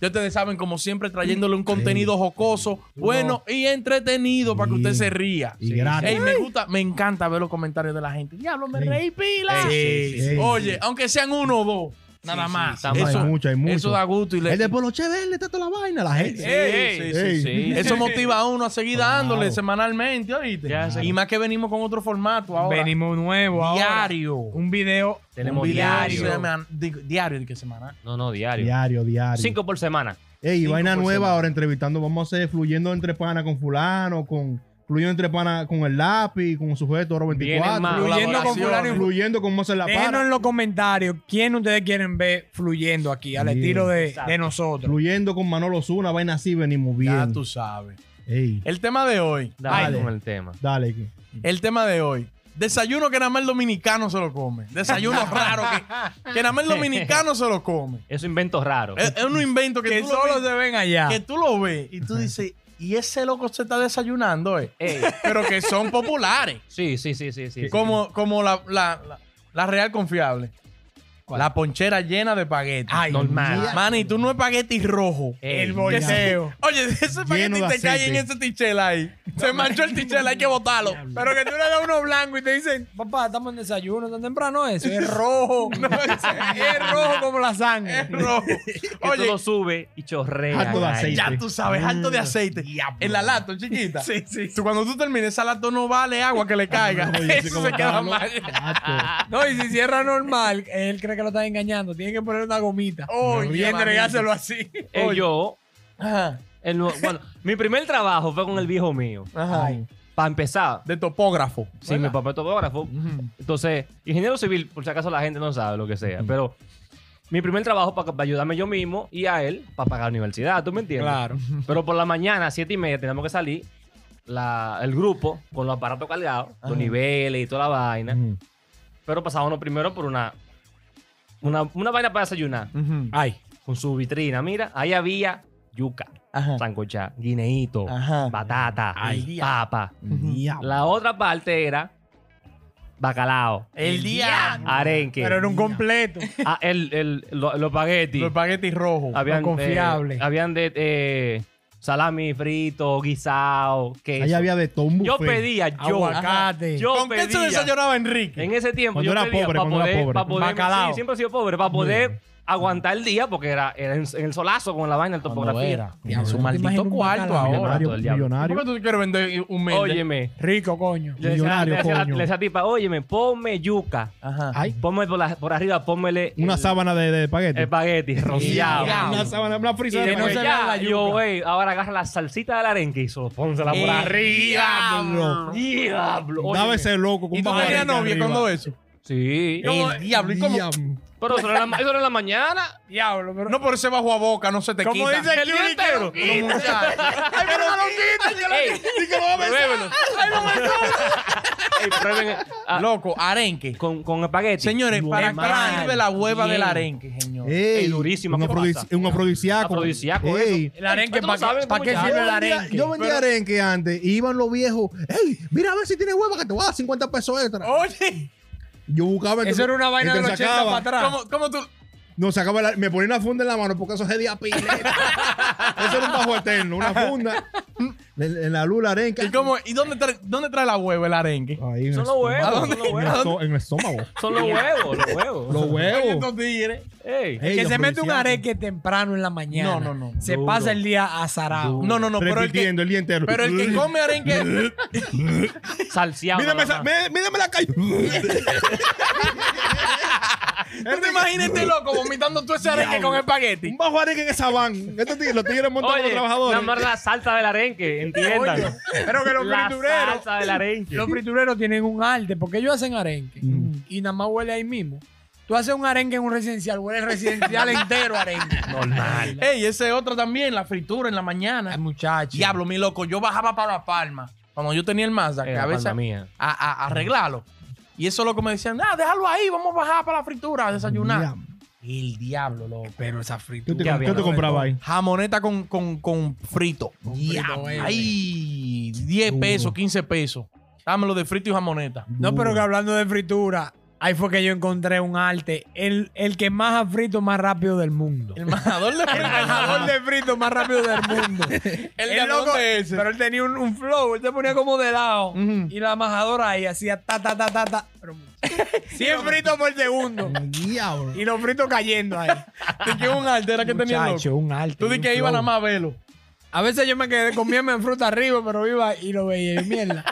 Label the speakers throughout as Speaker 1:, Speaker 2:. Speaker 1: Ya ustedes saben, como siempre, trayéndole un contenido jocoso, bueno y entretenido para que usted se ría.
Speaker 2: Y gratis.
Speaker 1: Ey, me gusta, me encanta ver los comentarios de la gente. Diablo, me reí pila.
Speaker 2: Sí, sí, sí.
Speaker 1: Oye, aunque sean uno o dos, nada más.
Speaker 2: Hay
Speaker 1: eso,
Speaker 2: mucho, hay mucho.
Speaker 1: eso da gusto y le,
Speaker 2: El de Poloche Verde está toda la vaina, la gente.
Speaker 1: Ey,
Speaker 2: Ey,
Speaker 1: sí,
Speaker 2: ey.
Speaker 1: Eso motiva a uno a seguir dándole
Speaker 2: Claro.
Speaker 1: semanalmente, ¿oíste?
Speaker 3: Ya sé.
Speaker 1: Y más que venimos con otro formato ahora.
Speaker 4: Venimos nuevo ahora.
Speaker 1: diario.
Speaker 4: Un video.
Speaker 3: Tenemos
Speaker 1: Un
Speaker 3: diario.
Speaker 1: seman- digo, diario, ¿de qué semana?
Speaker 3: No, no, diario.
Speaker 2: Diario, diario.
Speaker 3: Cinco por semana.
Speaker 2: Ey,
Speaker 1: cinco
Speaker 2: vaina
Speaker 1: por
Speaker 2: nueva
Speaker 1: semana.
Speaker 2: ahora entrevistando. Vamos a hacer fluyendo entre pana con fulano, con fluyendo entre pana con el lápiz, con sujeto oro
Speaker 3: Vienen
Speaker 2: 24.
Speaker 3: más.
Speaker 2: Fluy-
Speaker 4: Fluyendo con
Speaker 1: Colaboraciones.
Speaker 4: fulano y fulano.
Speaker 2: Fluyendo con Mozart La
Speaker 4: Déjenos en
Speaker 2: Para.
Speaker 4: los comentarios quién ustedes quieren ver fluyendo aquí, al
Speaker 2: Sí.
Speaker 4: estilo de,
Speaker 3: Exacto.
Speaker 4: de nosotros.
Speaker 2: Fluyendo con Manolo Zuna, vaina así venimos
Speaker 1: Ya
Speaker 2: bien.
Speaker 1: tú sabes.
Speaker 2: Ey,
Speaker 1: El tema de hoy.
Speaker 3: Dale
Speaker 2: Dale.
Speaker 3: con el tema.
Speaker 2: dale. que-
Speaker 1: El tema de hoy. Desayuno que nada más el dominicano se lo come. Desayuno raro que, que nada más el dominicano se lo come.
Speaker 3: Eso invento raro.
Speaker 1: Es, es un invento que,
Speaker 4: que
Speaker 1: tú lo
Speaker 4: solo
Speaker 1: ves-
Speaker 4: se ven allá.
Speaker 1: que tú lo ves y tú dices, y ese loco se está desayunando, eh.
Speaker 3: Ey.
Speaker 1: Pero que son populares.
Speaker 3: Sí, sí, sí, sí, sí.
Speaker 1: Como, como la, la, la, la real confiable. La ponchera llena de espagueti.
Speaker 4: Ay,
Speaker 3: Normal.
Speaker 4: mira,
Speaker 1: Manny, tú no espagueti rojo.
Speaker 3: Ey,
Speaker 4: El volteo.
Speaker 1: Oye, si ese espagueti
Speaker 2: Lleno de
Speaker 1: te cae en
Speaker 2: aceite.
Speaker 1: ese tichel ahí. Se manchó el tichel, hay que botarlo.
Speaker 4: Pero que tú le das uno blanco y te dicen, papá, estamos en desayuno, tan temprano es. Es rojo. es rojo como la sangre.
Speaker 1: Es rojo.
Speaker 3: que
Speaker 1: Oye,
Speaker 3: todo sube y chorrea.
Speaker 2: Harto de
Speaker 3: Ay,
Speaker 2: aceite.
Speaker 1: ya tú sabes, alto de aceite. En la lata, chiquita. Sí, sí. cuando tú termines esa lata no vale agua que le caiga.
Speaker 2: Oye, ese
Speaker 1: Eso
Speaker 2: como
Speaker 1: se queda
Speaker 2: está, ¿no?
Speaker 1: mal.
Speaker 2: Exacto.
Speaker 4: No, y si cierra normal, él cree que lo está engañando. Tiene que poner una gomita.
Speaker 1: Oye,
Speaker 4: y entregárselo así.
Speaker 3: Eh, yo,
Speaker 1: Ajá.
Speaker 3: el nuevo- bueno, mi primer trabajo fue con el viejo mío.
Speaker 1: Ajá.
Speaker 3: Para empezar,
Speaker 1: De topógrafo.
Speaker 3: sí, mi papá es topógrafo. Entonces, ingeniero civil, por si acaso la gente no sabe lo que sea, pero mi primer trabajo para ayudarme yo mismo y a él para pagar la universidad, ¿tú me entiendes?
Speaker 4: Claro.
Speaker 3: Pero por la mañana, a siete y media, teníamos que salir la- el grupo con los aparatos cargados,
Speaker 1: Ajá.
Speaker 3: los niveles y toda la vaina. Pero pasábamos primero por una, una, una vaina para desayunar,
Speaker 1: Ujú.
Speaker 4: Ay.
Speaker 3: con su vitrina. Mira, ahí había yuca,
Speaker 1: Ajá.
Speaker 3: sancocha, guineíto,
Speaker 1: Ah. Ajá.
Speaker 3: batata,
Speaker 1: Ay.
Speaker 3: papa.
Speaker 2: Diablo.
Speaker 3: La otra parte era bacalao,
Speaker 1: El día.
Speaker 3: arenque.
Speaker 4: Pero era un completo.
Speaker 3: Ah, el, el, lo- los espaguetis.
Speaker 1: Los espaguetis rojos.
Speaker 3: habían,
Speaker 4: lo confiable.
Speaker 3: eh, habían de eh, salami frito, guisado, queso.
Speaker 2: Ahí había de todo un
Speaker 3: yo
Speaker 2: buffet.
Speaker 3: pedía, yo,
Speaker 4: Aguacate.
Speaker 3: yo
Speaker 1: ¿Con qué se
Speaker 3: pedía,
Speaker 1: desayunaba Enrique?
Speaker 3: en ese tiempo, yo
Speaker 2: Cuando era
Speaker 3: pedía para
Speaker 2: pobre, cuando era
Speaker 3: poder,
Speaker 2: pobre.
Speaker 3: pa' poder-
Speaker 4: Bacalao.
Speaker 3: sí, siempre he sido pobre, para poder aguantar el día, porque era, era en, en el solazo con la vaina, en topografía.
Speaker 1: En su
Speaker 4: Yo me
Speaker 1: maldito
Speaker 4: imagino un
Speaker 1: cuarto
Speaker 4: calamar.
Speaker 1: ahora.
Speaker 2: Millonario,
Speaker 3: todo el diablo.
Speaker 1: ¿Por
Speaker 2: millonario.
Speaker 1: qué tú te quieres vender humilde?
Speaker 3: Óyeme,
Speaker 4: Rico, coño.
Speaker 3: le decía,
Speaker 2: Millonario,
Speaker 3: le decía-
Speaker 2: coño.
Speaker 3: le decía a la tipa, óyeme, ponme yuca,
Speaker 1: Ajá.
Speaker 2: Ay,
Speaker 3: ponme por, la- por arriba, pónmele
Speaker 2: una
Speaker 3: el-
Speaker 2: sábana de, de
Speaker 3: el
Speaker 2: espagueti.
Speaker 3: espagueti rociado.
Speaker 1: Ya.
Speaker 2: Una sábana, una
Speaker 3: Y
Speaker 2: frisa de
Speaker 3: que no
Speaker 2: espagueti.
Speaker 3: se
Speaker 4: vea la yuca.
Speaker 3: yo, güey, ahora agarra la salsita del arenque y solo pónsela por
Speaker 1: Eh,
Speaker 3: arriba.
Speaker 1: diablo.
Speaker 3: Diablo.
Speaker 2: Daba
Speaker 3: Óyeme.
Speaker 2: ese loco con
Speaker 1: ¿Y tú
Speaker 2: una
Speaker 1: tenías
Speaker 2: barriga
Speaker 1: novia
Speaker 2: arriba.
Speaker 1: cuando eso?
Speaker 3: Sí.
Speaker 1: El diablo, ¿y cómo?
Speaker 2: Diablo.
Speaker 3: Pero eso era, en la- eso era en la mañana.
Speaker 4: Diablo, pero.
Speaker 1: No por ese bajo a boca, no se te
Speaker 4: Como
Speaker 1: quita.
Speaker 4: dice el
Speaker 3: día
Speaker 4: Yurikero.
Speaker 1: Los muchachos.
Speaker 4: ¡Ay, pero no lo
Speaker 3: Ey, pruébelo. Ey, prueben, ah,
Speaker 1: Loco, arenque.
Speaker 3: con, con espagueti.
Speaker 1: Señores, ¿para
Speaker 3: Hermano,
Speaker 1: qué sirve la hueva
Speaker 3: bien.
Speaker 1: del arenque, señor?
Speaker 2: Ey,
Speaker 3: Ey, durísima,
Speaker 2: Un,
Speaker 3: ¿qué
Speaker 2: afrodis-
Speaker 3: pasa?
Speaker 2: un afrodisíaco.
Speaker 3: Afrodisíaco,
Speaker 2: Ey.
Speaker 4: El arenque,
Speaker 3: Esto no
Speaker 4: ¿para
Speaker 3: saben
Speaker 4: qué,
Speaker 3: cómo
Speaker 4: pa' qué
Speaker 3: ya.
Speaker 4: sirve el
Speaker 2: Yo vendía-
Speaker 4: arenque?
Speaker 2: Yo vendía arenque antes y iban los viejos. ¡Ey! Mira a ver si tiene hueva que te voy a dar 50 pesos extra.
Speaker 1: Oh. Oye,
Speaker 2: Yo buscaba.
Speaker 4: Eso era una vaina
Speaker 2: de
Speaker 4: del 80 para atrás.
Speaker 1: ¿cómo, cómo tú?
Speaker 2: No, sacaba la- me ponía una funda en la mano porque eso es de día pileta. eso era un bajo eterno, una funda. en, en la luz, la arenque.
Speaker 1: ¿Y, cómo, y dónde, trae, dónde trae la hueva el arenque?
Speaker 2: Ahí en
Speaker 3: Son
Speaker 2: el
Speaker 3: los huevos, son
Speaker 2: estómago.
Speaker 3: los
Speaker 2: En el
Speaker 3: huevos.
Speaker 2: esto- En el estómago.
Speaker 3: Son los huevos, los huevos.
Speaker 2: los
Speaker 1: Oye,
Speaker 2: huevos.
Speaker 1: estos tigres.
Speaker 3: Ey.
Speaker 2: Ey,
Speaker 4: Que se mete un
Speaker 2: afrodisíaco.
Speaker 4: arenque temprano en la mañana.
Speaker 1: No, no, no.
Speaker 4: Se
Speaker 3: Duro.
Speaker 4: pasa el día azarado.
Speaker 1: No, no, no, pero el que,
Speaker 2: Repitiendo el día entero.
Speaker 1: pero el que come arenque.
Speaker 3: Salseado.
Speaker 2: Mírame,
Speaker 3: nada
Speaker 2: esa,
Speaker 3: más.
Speaker 2: mí- mírame la calle. Este,
Speaker 1: ¿No te imaginas este loco vomitando tú ese arenque con espagueti?
Speaker 2: un bajo arenque en esa van. Estos tigres, los tigres montan
Speaker 3: Oye,
Speaker 2: los trabajadores.
Speaker 3: nada más la salsa del arenque, entiendan.
Speaker 4: Pero que los
Speaker 3: La
Speaker 4: fritureros.
Speaker 3: salsa del arenque.
Speaker 4: Los fritureros tienen un arte porque ellos hacen arenque
Speaker 3: Mm.
Speaker 4: y nada más huele ahí mismo. Tú haces un arenque en un residencial, huele el residencial entero arenque.
Speaker 3: Normal.
Speaker 1: Ey, ese otro también, la fritura en la mañana.
Speaker 4: Ay, muchacho.
Speaker 1: Diablo, mi loco, yo bajaba para La Palma. Cuando yo tenía el Mazda, que
Speaker 3: Era
Speaker 1: a veces
Speaker 3: Eh, banda mía.
Speaker 1: a, a- arreglarlo. Y eso lo que me decían, ah, déjalo ahí, vamos a bajar para la fritura, a desayunar.
Speaker 2: Mira,
Speaker 1: El diablo, loco. Pero esa
Speaker 2: ¿Qué te,
Speaker 1: fritura.
Speaker 3: ¿Qué había?
Speaker 2: qué te compraba ahí?
Speaker 1: Jamoneta con, con, con frito. Diablo.
Speaker 4: verde.
Speaker 1: Ay, 10 pesos, 15 pesos. Dámelo de frito y jamoneta.
Speaker 4: No, pero que hablando de fritura, ahí fue que yo encontré un arte. El, el que más ha frito más rápido del mundo.
Speaker 1: El majador de
Speaker 4: El
Speaker 1: frito.
Speaker 4: manejador de frito más rápido del mundo.
Speaker 1: El
Speaker 4: El
Speaker 1: diablo
Speaker 4: loco,
Speaker 1: ese.
Speaker 4: pero él tenía un, un flow, él se ponía como de lado y la majadora ahí hacía ta ta ta ta ta. Pero 100 fritos por segundo
Speaker 2: Diablo.
Speaker 4: y los fritos cayendo ahí.
Speaker 1: ¿De qué un arte era que tenía el loco?
Speaker 4: Muchacho, un arte.
Speaker 1: Tú
Speaker 4: y
Speaker 1: di
Speaker 4: un
Speaker 1: que iba
Speaker 4: flow.
Speaker 1: nada más a verlo.
Speaker 4: A veces yo me quedé comiendo en fruta arriba, pero iba y lo veía y mierda.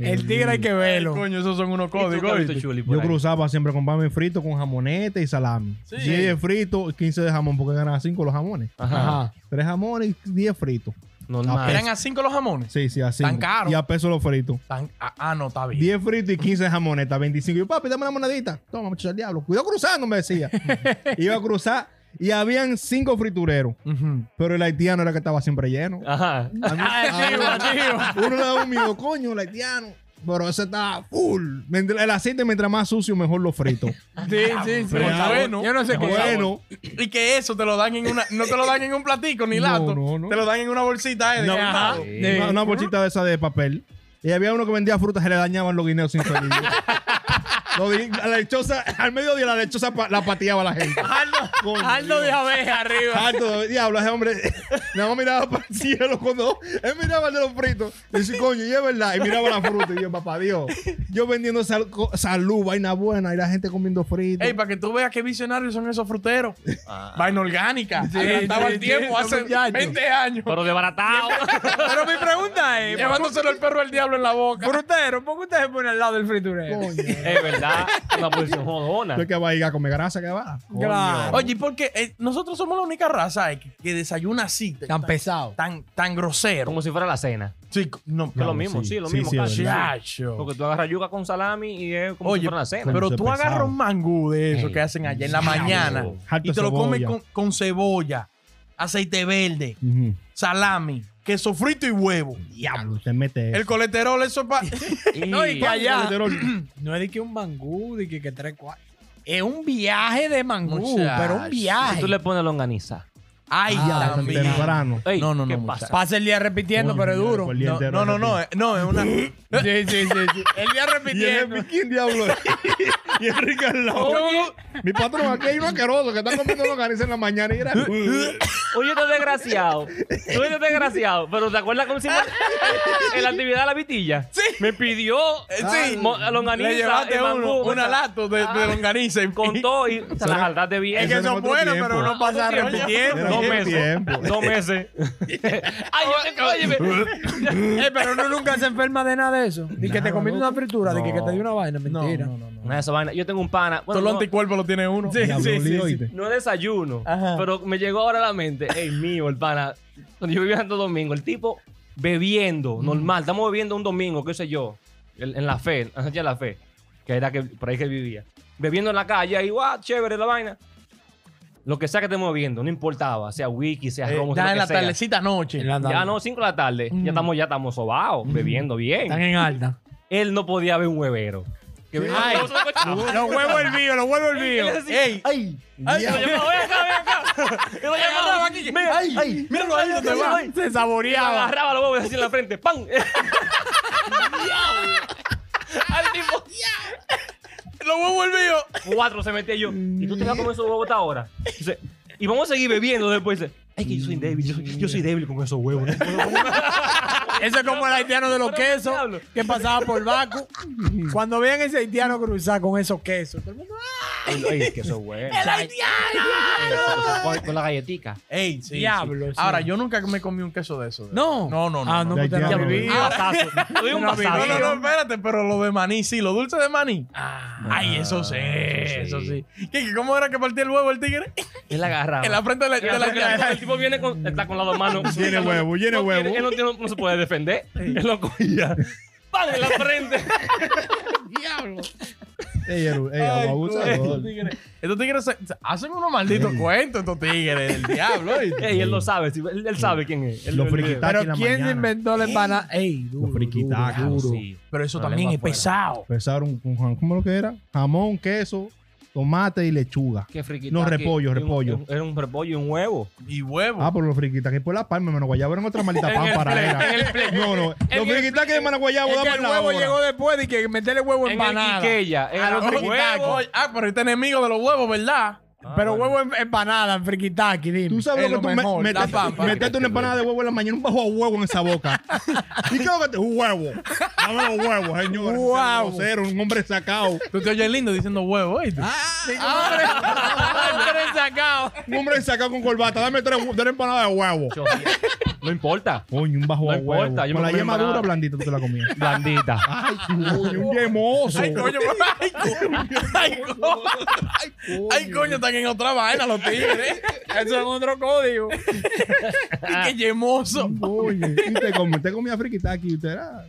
Speaker 4: El tigre hay que verlo.
Speaker 1: Coño, esos son unos
Speaker 3: ¿Y tú qué
Speaker 1: códigos.
Speaker 3: has visto,
Speaker 1: ¿oíste?
Speaker 3: Chuli, por
Speaker 2: Yo
Speaker 3: ahí?
Speaker 2: cruzaba siempre con pan frito, con jamonete y salami.
Speaker 1: Sí.
Speaker 2: 10 de frito, 15 de jamón, porque ganaba 5 los jamones.
Speaker 3: Ajá.
Speaker 4: Ajá.
Speaker 2: 3 jamones y 10 fritos.
Speaker 3: Normal.
Speaker 1: Eran a cinco los jamones.
Speaker 2: Sí, sí, así.
Speaker 1: Tan caro.
Speaker 2: Y a peso los fritos.
Speaker 1: Tan- ah, ah, no, está bien.
Speaker 2: 10 fritos y 15 jamonetas, 25. Yo, papi, dame una monedita. Toma, muchacho, el diablo. Cuidado cruzando, me decía. Iba a cruzar y habían 5 fritureros.
Speaker 1: Ujú.
Speaker 2: Pero el haitiano era que estaba siempre lleno.
Speaker 3: Ajá.
Speaker 2: A mí- a mí- Uno le da un miedo, coño, el haitiano. Pero ese está full. Mientras- El aceite, mientras más sucio, mejor lo frito.
Speaker 4: Sí, sí, sí.
Speaker 1: Pero está bueno.
Speaker 4: Yo no sé qué.
Speaker 2: bueno.
Speaker 1: Y que eso te lo dan en una, no te lo dan en un platico ni
Speaker 2: No,
Speaker 1: lato,
Speaker 2: no, no.
Speaker 1: te lo dan en una bolsita eh, de
Speaker 2: No.
Speaker 1: contado.
Speaker 3: Sí.
Speaker 4: de-
Speaker 2: Una, una bolsita de esa de papel. Y había uno que vendía frutas, se le dañaban los guineos sin salir. Lo di- la lechosa, al mediodía la lechosa pa- la pateaba la gente. Coño,
Speaker 4: Aldo de abeja arriba.
Speaker 2: Alto de diablo, ese hombre nada más miraba para el cielo cuando él miraba el de los fritos. Y dice, coño, y es verdad. Y miraba la fruta. Y yo, papá Dios, yo vendiendo sal- co- salud, vaina buena, y la gente comiendo fritos.
Speaker 1: Ey, para que tú veas qué visionarios son esos fruteros. Vaina orgánica.
Speaker 4: Sí,
Speaker 1: Adelantaba
Speaker 4: sí,
Speaker 1: el
Speaker 4: sí,
Speaker 1: tiempo
Speaker 4: no,
Speaker 1: hace
Speaker 4: muchacho.
Speaker 1: 20 años.
Speaker 3: Pero desbaratado.
Speaker 4: Pero mi pregunta es,
Speaker 1: Llevándoselo el perro al diablo en la boca.
Speaker 4: frutero, ¿por qué usted se pone al lado del friturero?
Speaker 2: coño.
Speaker 3: es verdad. Una posición jodona.
Speaker 2: Yo que va a ir a comer grasa, que va.
Speaker 4: Claro.
Speaker 1: Oye, ¿y por qué eh, nosotros somos la única raza eh, que, que desayuna así? te-
Speaker 4: Tan pesado.
Speaker 1: tan, tan grosero.
Speaker 3: Como si fuera la cena.
Speaker 1: Chico, no,
Speaker 3: Que es lo
Speaker 2: Claro,
Speaker 3: mismo, sí,
Speaker 2: sí.
Speaker 3: lo
Speaker 2: Sí,
Speaker 3: mismo.
Speaker 2: sí, es
Speaker 3: casi.
Speaker 2: verdad.
Speaker 1: Chacho.
Speaker 3: Porque tú agarras yuca con salami y es como
Speaker 1: Oye,
Speaker 3: si fuera una cena.
Speaker 1: Pero
Speaker 2: Eso
Speaker 1: tú
Speaker 2: es
Speaker 1: agarras
Speaker 2: pesado.
Speaker 1: un mangú de eso
Speaker 3: Ey,
Speaker 1: que hacen allá en la mañana
Speaker 2: Harto
Speaker 1: y te lo comes
Speaker 2: cebolla.
Speaker 1: con, con cebolla, aceite verde,
Speaker 2: Ujú.
Speaker 1: salami, queso frito y huevo.
Speaker 2: Diablo, usted mete eso.
Speaker 1: El colesterol, eso es para.
Speaker 3: Y-
Speaker 4: No, y que allá.
Speaker 2: colesterol.
Speaker 4: No es de que un mangú, de que, que tres cuatro. Es un viaje de mangú,
Speaker 1: Muchacho.
Speaker 4: Uh, pero un
Speaker 3: y
Speaker 4: viaje.
Speaker 3: tú le pones longaniza.
Speaker 1: Ay,
Speaker 2: Ah, tan
Speaker 1: también.
Speaker 2: temprano.
Speaker 3: Ey,
Speaker 1: No, no, no,
Speaker 3: ¿Qué
Speaker 1: muchacho.
Speaker 3: pasa?
Speaker 4: Pasa el día repitiendo,
Speaker 2: Coño, pues,
Speaker 4: pero es duro.
Speaker 2: miércoles.
Speaker 1: No, no, no, no, eh, no, es una.
Speaker 4: Sí, sí, sí, sí. El día
Speaker 2: Y
Speaker 4: repitiendo.
Speaker 2: Enrique, ¿quién diablo es? Y Enrique al lado. Mi patrón, aquí hay un asqueroso que está comiendo longaniza en la mañana y era...
Speaker 3: Oye, tú eres desgraciado. Tú eres desgraciado. Pero ¿te acuerdas cómo hicimos en la actividad de la vitilla?
Speaker 1: Sí.
Speaker 3: Me pidió
Speaker 4: Ah,
Speaker 1: sí.
Speaker 3: mo- longaniza,
Speaker 1: Le llevaste
Speaker 3: el mangú,
Speaker 1: uno, una lato de, de
Speaker 3: Ah.
Speaker 1: longaniza y
Speaker 3: con todo y se las jaldaste bien.
Speaker 1: Es que
Speaker 2: Eso era
Speaker 1: son
Speaker 2: otro
Speaker 1: buenos,
Speaker 2: tiempo.
Speaker 1: pero uno pasa
Speaker 3: Otro tiempo.
Speaker 1: repitiendo.
Speaker 2: Era
Speaker 3: Dos
Speaker 2: otro
Speaker 3: meses.
Speaker 2: tiempo.
Speaker 3: Dos meses. Ay, yo te- óyeme.
Speaker 4: Eh, pero uno nunca se enferma de nada de eso. De que te
Speaker 2: Nada,
Speaker 4: comiste una fritura, de que, que te dio una vaina. Mentira.
Speaker 3: Nada de esa vaina. Yo tengo un pana.
Speaker 1: Todo
Speaker 3: Bueno,
Speaker 1: el
Speaker 3: no,
Speaker 1: anticuerpo lo tiene uno.
Speaker 2: Diablo, lío, ¿oíste?
Speaker 3: no desayuno,
Speaker 1: Ajá.
Speaker 3: pero me llegó ahora a la mente. Ey, mío, el pana. Cuando yo vivía en Santo Domingo, el tipo bebiendo,
Speaker 1: Mm.
Speaker 3: normal. Estamos bebiendo un domingo, qué sé yo, en, en la fe, en la Sánchez de la fe, que era que, por ahí que vivía. Bebiendo en la calle, ahí, guau, chévere la vaina. Lo que sea que estemos bebiendo, no importaba, sea wiki, sea
Speaker 1: Eh,
Speaker 3: romo,
Speaker 1: ya
Speaker 3: sea lo
Speaker 1: en
Speaker 3: que
Speaker 1: la
Speaker 3: sea.
Speaker 1: tardecita noche.
Speaker 3: Ya no, 5 de la tarde, ya estamos, ya estamos sobados, bebiendo Mm. bien.
Speaker 4: Están en alta.
Speaker 3: Él no podía ver un huevero. Que venía-
Speaker 4: Ay. Los huevos hervidos, los huevos
Speaker 3: Él
Speaker 4: hervidos.
Speaker 3: decía,
Speaker 1: ¡Ey! ¡Ay!
Speaker 3: Ay, lo llamaba, ven acá, ven acá. Y lo llamaba, mira,
Speaker 1: ¡Ay! ¡Ay! ¡Míralo ahí donde va!
Speaker 4: Se
Speaker 3: y
Speaker 4: saboreaba.
Speaker 3: agarraba los huevos así en la frente. ¡Pam! Al tipo,
Speaker 1: ¡Lo voy a volver
Speaker 3: cuatro se metía yo. ¿Y tú te vas a comer esos huevos hasta ahora? Dice, y vamos a seguir bebiendo después. Dice, ay, que yo soy débil, yo, soy- yo soy débil con esos huevos. ¿no? puedo comer".
Speaker 4: Eso es como el haitiano de los
Speaker 3: Pero,
Speaker 4: quesos
Speaker 3: diablo.
Speaker 4: que pasaba por Baco. Cuando vean ese haitiano cruzar con esos quesos, todo el mundo, ¡ah!
Speaker 3: Ay, ay, que esos huevos. ¡El Con, con la galletica.
Speaker 1: ¡Ey! Sí,
Speaker 4: Diablo,
Speaker 1: sí.
Speaker 4: sí.
Speaker 1: Ahora, yo nunca me comí un queso de eso. de-
Speaker 4: No.
Speaker 1: No, no, no.
Speaker 4: Ah, no,
Speaker 2: no.
Speaker 4: usted no
Speaker 2: Ya
Speaker 4: ha
Speaker 2: lo vi.
Speaker 3: Un
Speaker 4: vivido.
Speaker 3: pasazo. Doy un
Speaker 4: Una
Speaker 1: No,
Speaker 3: pasazo.
Speaker 1: no, no, espérate, pero lo de maní, sí, lo dulce de maní. Ay, eso sí, Ah,
Speaker 3: eso
Speaker 1: eso
Speaker 3: sí.
Speaker 1: sí. Ah. ¿Qué, qué, ¿Cómo era que partía el huevo el tigre?
Speaker 3: Él agarraba.
Speaker 1: En la frente de la. de la-
Speaker 3: el tipo viene con, está con las dos manos.
Speaker 2: Llene huevo, llene
Speaker 3: No tiene-
Speaker 2: huevo.
Speaker 3: Él no, tiene- no se puede defender. Él lo cogía. ¡Pam! En la frente.
Speaker 4: Diablo.
Speaker 2: Ey, Eru, ey,
Speaker 4: Ay,
Speaker 2: abusador.
Speaker 4: coño, tigre.
Speaker 5: Estos tigres se- se- hacen unos malditos cuentos, estos tigres del diablo. ¿oíste?
Speaker 3: Ey, él lo sabe, sí, él, él sabe quién es. Él-
Speaker 2: Los
Speaker 3: él-
Speaker 2: friquitas.
Speaker 4: Pero
Speaker 2: en la
Speaker 4: ¿quién
Speaker 2: mañana.
Speaker 4: inventó la empanada? Ey, duro,
Speaker 2: Los friquitacos,
Speaker 4: duro, duro.
Speaker 3: Sí.
Speaker 5: Pero eso
Speaker 3: La
Speaker 5: también es
Speaker 3: lengua afuera.
Speaker 5: pesado.
Speaker 2: Empezaron con, jam- ¿cómo lo que era? Jamón, queso, tomate y lechuga.
Speaker 3: Qué friquitaki.
Speaker 2: No, repollo,
Speaker 3: Era un-
Speaker 2: repollo.
Speaker 3: Era un repollo y un huevo.
Speaker 5: Y huevo.
Speaker 2: Ah, por los friquitas que por la palma, hermano Guayabo eran otra maldita
Speaker 3: En el
Speaker 2: pan para
Speaker 3: play,
Speaker 2: era.
Speaker 3: en el play.
Speaker 2: No, no. Los friquitas que de Mano Guayabo
Speaker 4: Es que
Speaker 2: daban
Speaker 4: el
Speaker 2: la
Speaker 4: huevo
Speaker 2: hora.
Speaker 4: llegó después y que meterle huevo
Speaker 3: En el
Speaker 4: empanada.
Speaker 3: quiqueya. En
Speaker 5: Ah,
Speaker 3: el otro
Speaker 5: oye,
Speaker 3: huevo.
Speaker 5: oye, ah, pero este enemigo de los huevos, ¿verdad?
Speaker 3: Ah,
Speaker 4: Pero huevo en- empanada, en friquitaki, dime.
Speaker 2: Tú sabes
Speaker 5: Es
Speaker 2: lo que
Speaker 5: lo
Speaker 2: tú
Speaker 5: mejor,
Speaker 2: me-
Speaker 5: la
Speaker 2: metete-
Speaker 5: papa.
Speaker 2: metete una empanada de huevo en la mañana, un bajo a huevo en esa boca. ¿Y qué es lo que te- Huevo. Dame los huevos, señor.
Speaker 4: Guau.
Speaker 2: Grosero, Un hombre sacado.
Speaker 5: Tú te oyes lindo diciendo huevo, ¿oíste?
Speaker 3: Ah,
Speaker 2: Un hombre sacado con corbata. Dame tres, hu- tres empanadas de huevo.
Speaker 3: No importa.
Speaker 2: Coño, un bajo
Speaker 3: No
Speaker 2: a huevo.
Speaker 3: importa, yo
Speaker 2: Con
Speaker 3: me
Speaker 2: la
Speaker 3: comí
Speaker 2: yema
Speaker 3: empanada.
Speaker 2: dura o blandita tú te la comías.
Speaker 3: Blandita.
Speaker 2: Ay, coño, un yemoso.
Speaker 5: Ay, coño, ay, coño, ay, coño, ay, coño, están en otra vaina los tigres.
Speaker 4: Eso es otro código.
Speaker 5: Y qué yemoso.
Speaker 2: Coño. Y te comí, te comía friquitaki y usted era...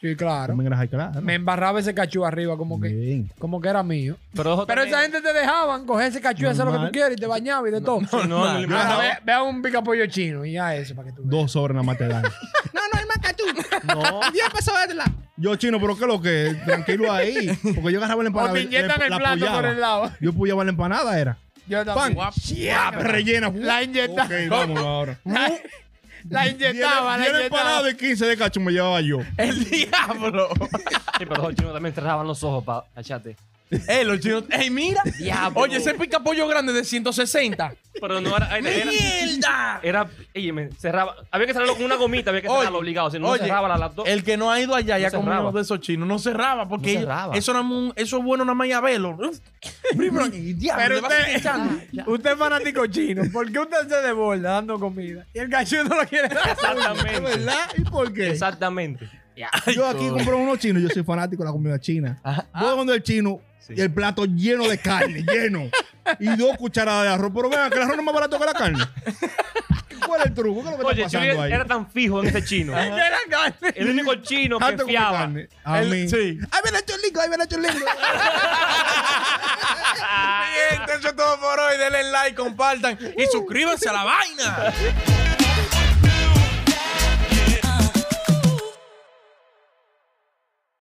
Speaker 4: Sí, claro.
Speaker 2: También era claro.
Speaker 4: Me embarraba ese cachú arriba como que,
Speaker 2: Bien.
Speaker 4: como que era mío.
Speaker 3: Pero, eso
Speaker 4: Pero
Speaker 3: también-
Speaker 4: esa gente te dejaban coger ese cachú y hacer lo que tú
Speaker 2: Normal.
Speaker 4: quieras y te bañaba y de todo.
Speaker 3: No, no, no,
Speaker 2: Yo
Speaker 4: Ahora
Speaker 2: dejaba-
Speaker 4: ve, ve a un picapollo chino y ya eso para que tú veas.
Speaker 2: Dos sobres nada más te dan.
Speaker 3: no.
Speaker 2: Yo, chino, pero ¿qué es lo que? es? Tranquilo ahí. Porque yo agarraba la
Speaker 4: O
Speaker 2: empanada.
Speaker 4: te
Speaker 2: le-
Speaker 4: inyectan
Speaker 2: la
Speaker 4: el plato
Speaker 2: puyaba.
Speaker 4: por el lado.
Speaker 2: Yo puyaba la empanada, era.
Speaker 4: Yo
Speaker 2: Pan.
Speaker 4: también.
Speaker 2: Ya, rellena.
Speaker 4: La inyecta-
Speaker 2: Ok, vámonos ahora.
Speaker 4: La inyectaba, la
Speaker 2: Tiene
Speaker 4: inyectaba.
Speaker 2: empanada de 15 de cacho me llevaba yo.
Speaker 5: El diablo.
Speaker 3: Sí, pero los chinos también cerraban los ojos para echarte.
Speaker 5: Ey, Eh, los chinos. Ey, mira.
Speaker 3: Diablo.
Speaker 5: Oye, ese pica pollo grande de 160.
Speaker 3: Pero no era. Era. era,
Speaker 5: ¡Mierda!
Speaker 3: era- oye, me cerraba. Había que cerrarlo con una gomita, había que cerrarlo
Speaker 5: Oye,
Speaker 3: obligado. Si no, no
Speaker 5: oye,
Speaker 3: cerraba la laptop.
Speaker 5: El que no ha ido allá ya
Speaker 3: No
Speaker 5: comió
Speaker 3: cerraba.
Speaker 5: uno de esos chinos. No cerraba porque
Speaker 3: No cerraba.
Speaker 5: Eso, no es un- eso es bueno nada más ya verlo. Uf. Primero, y diablo,
Speaker 4: Pero
Speaker 5: le vas
Speaker 4: usted-
Speaker 5: echando.
Speaker 3: Ah,
Speaker 4: Usted es fanático chino. ¿Por qué usted se desborda dando comida? Y el cachú no lo quiere dar.
Speaker 3: Exactamente.
Speaker 2: ¿Verdad? ¿Y por qué?
Speaker 3: Exactamente.
Speaker 2: Yo aquí compro uno chino. Yo soy fanático de la comida china. Voy donde el chino y el plato lleno de carne, lleno. Y dos cucharadas de arroz. Pero vean, que el arroz no es más barato que la carne. ¿Cuál es el truco? ¿Qué es lo que
Speaker 3: Oye,
Speaker 2: está
Speaker 3: yo
Speaker 2: pasando
Speaker 3: era,
Speaker 2: ahí?
Speaker 3: era tan fijo en ese chino.
Speaker 4: Era carne.
Speaker 3: El único chino que
Speaker 2: Harto con mi
Speaker 3: fiaba.
Speaker 2: carne. A
Speaker 5: El-
Speaker 2: mí.
Speaker 5: sí.
Speaker 2: Ahí viene el cholingo, ahí viene el cholingo.
Speaker 5: Bien, Esto es todo por hoy. Denle like, compartan y suscríbanse a la vaina.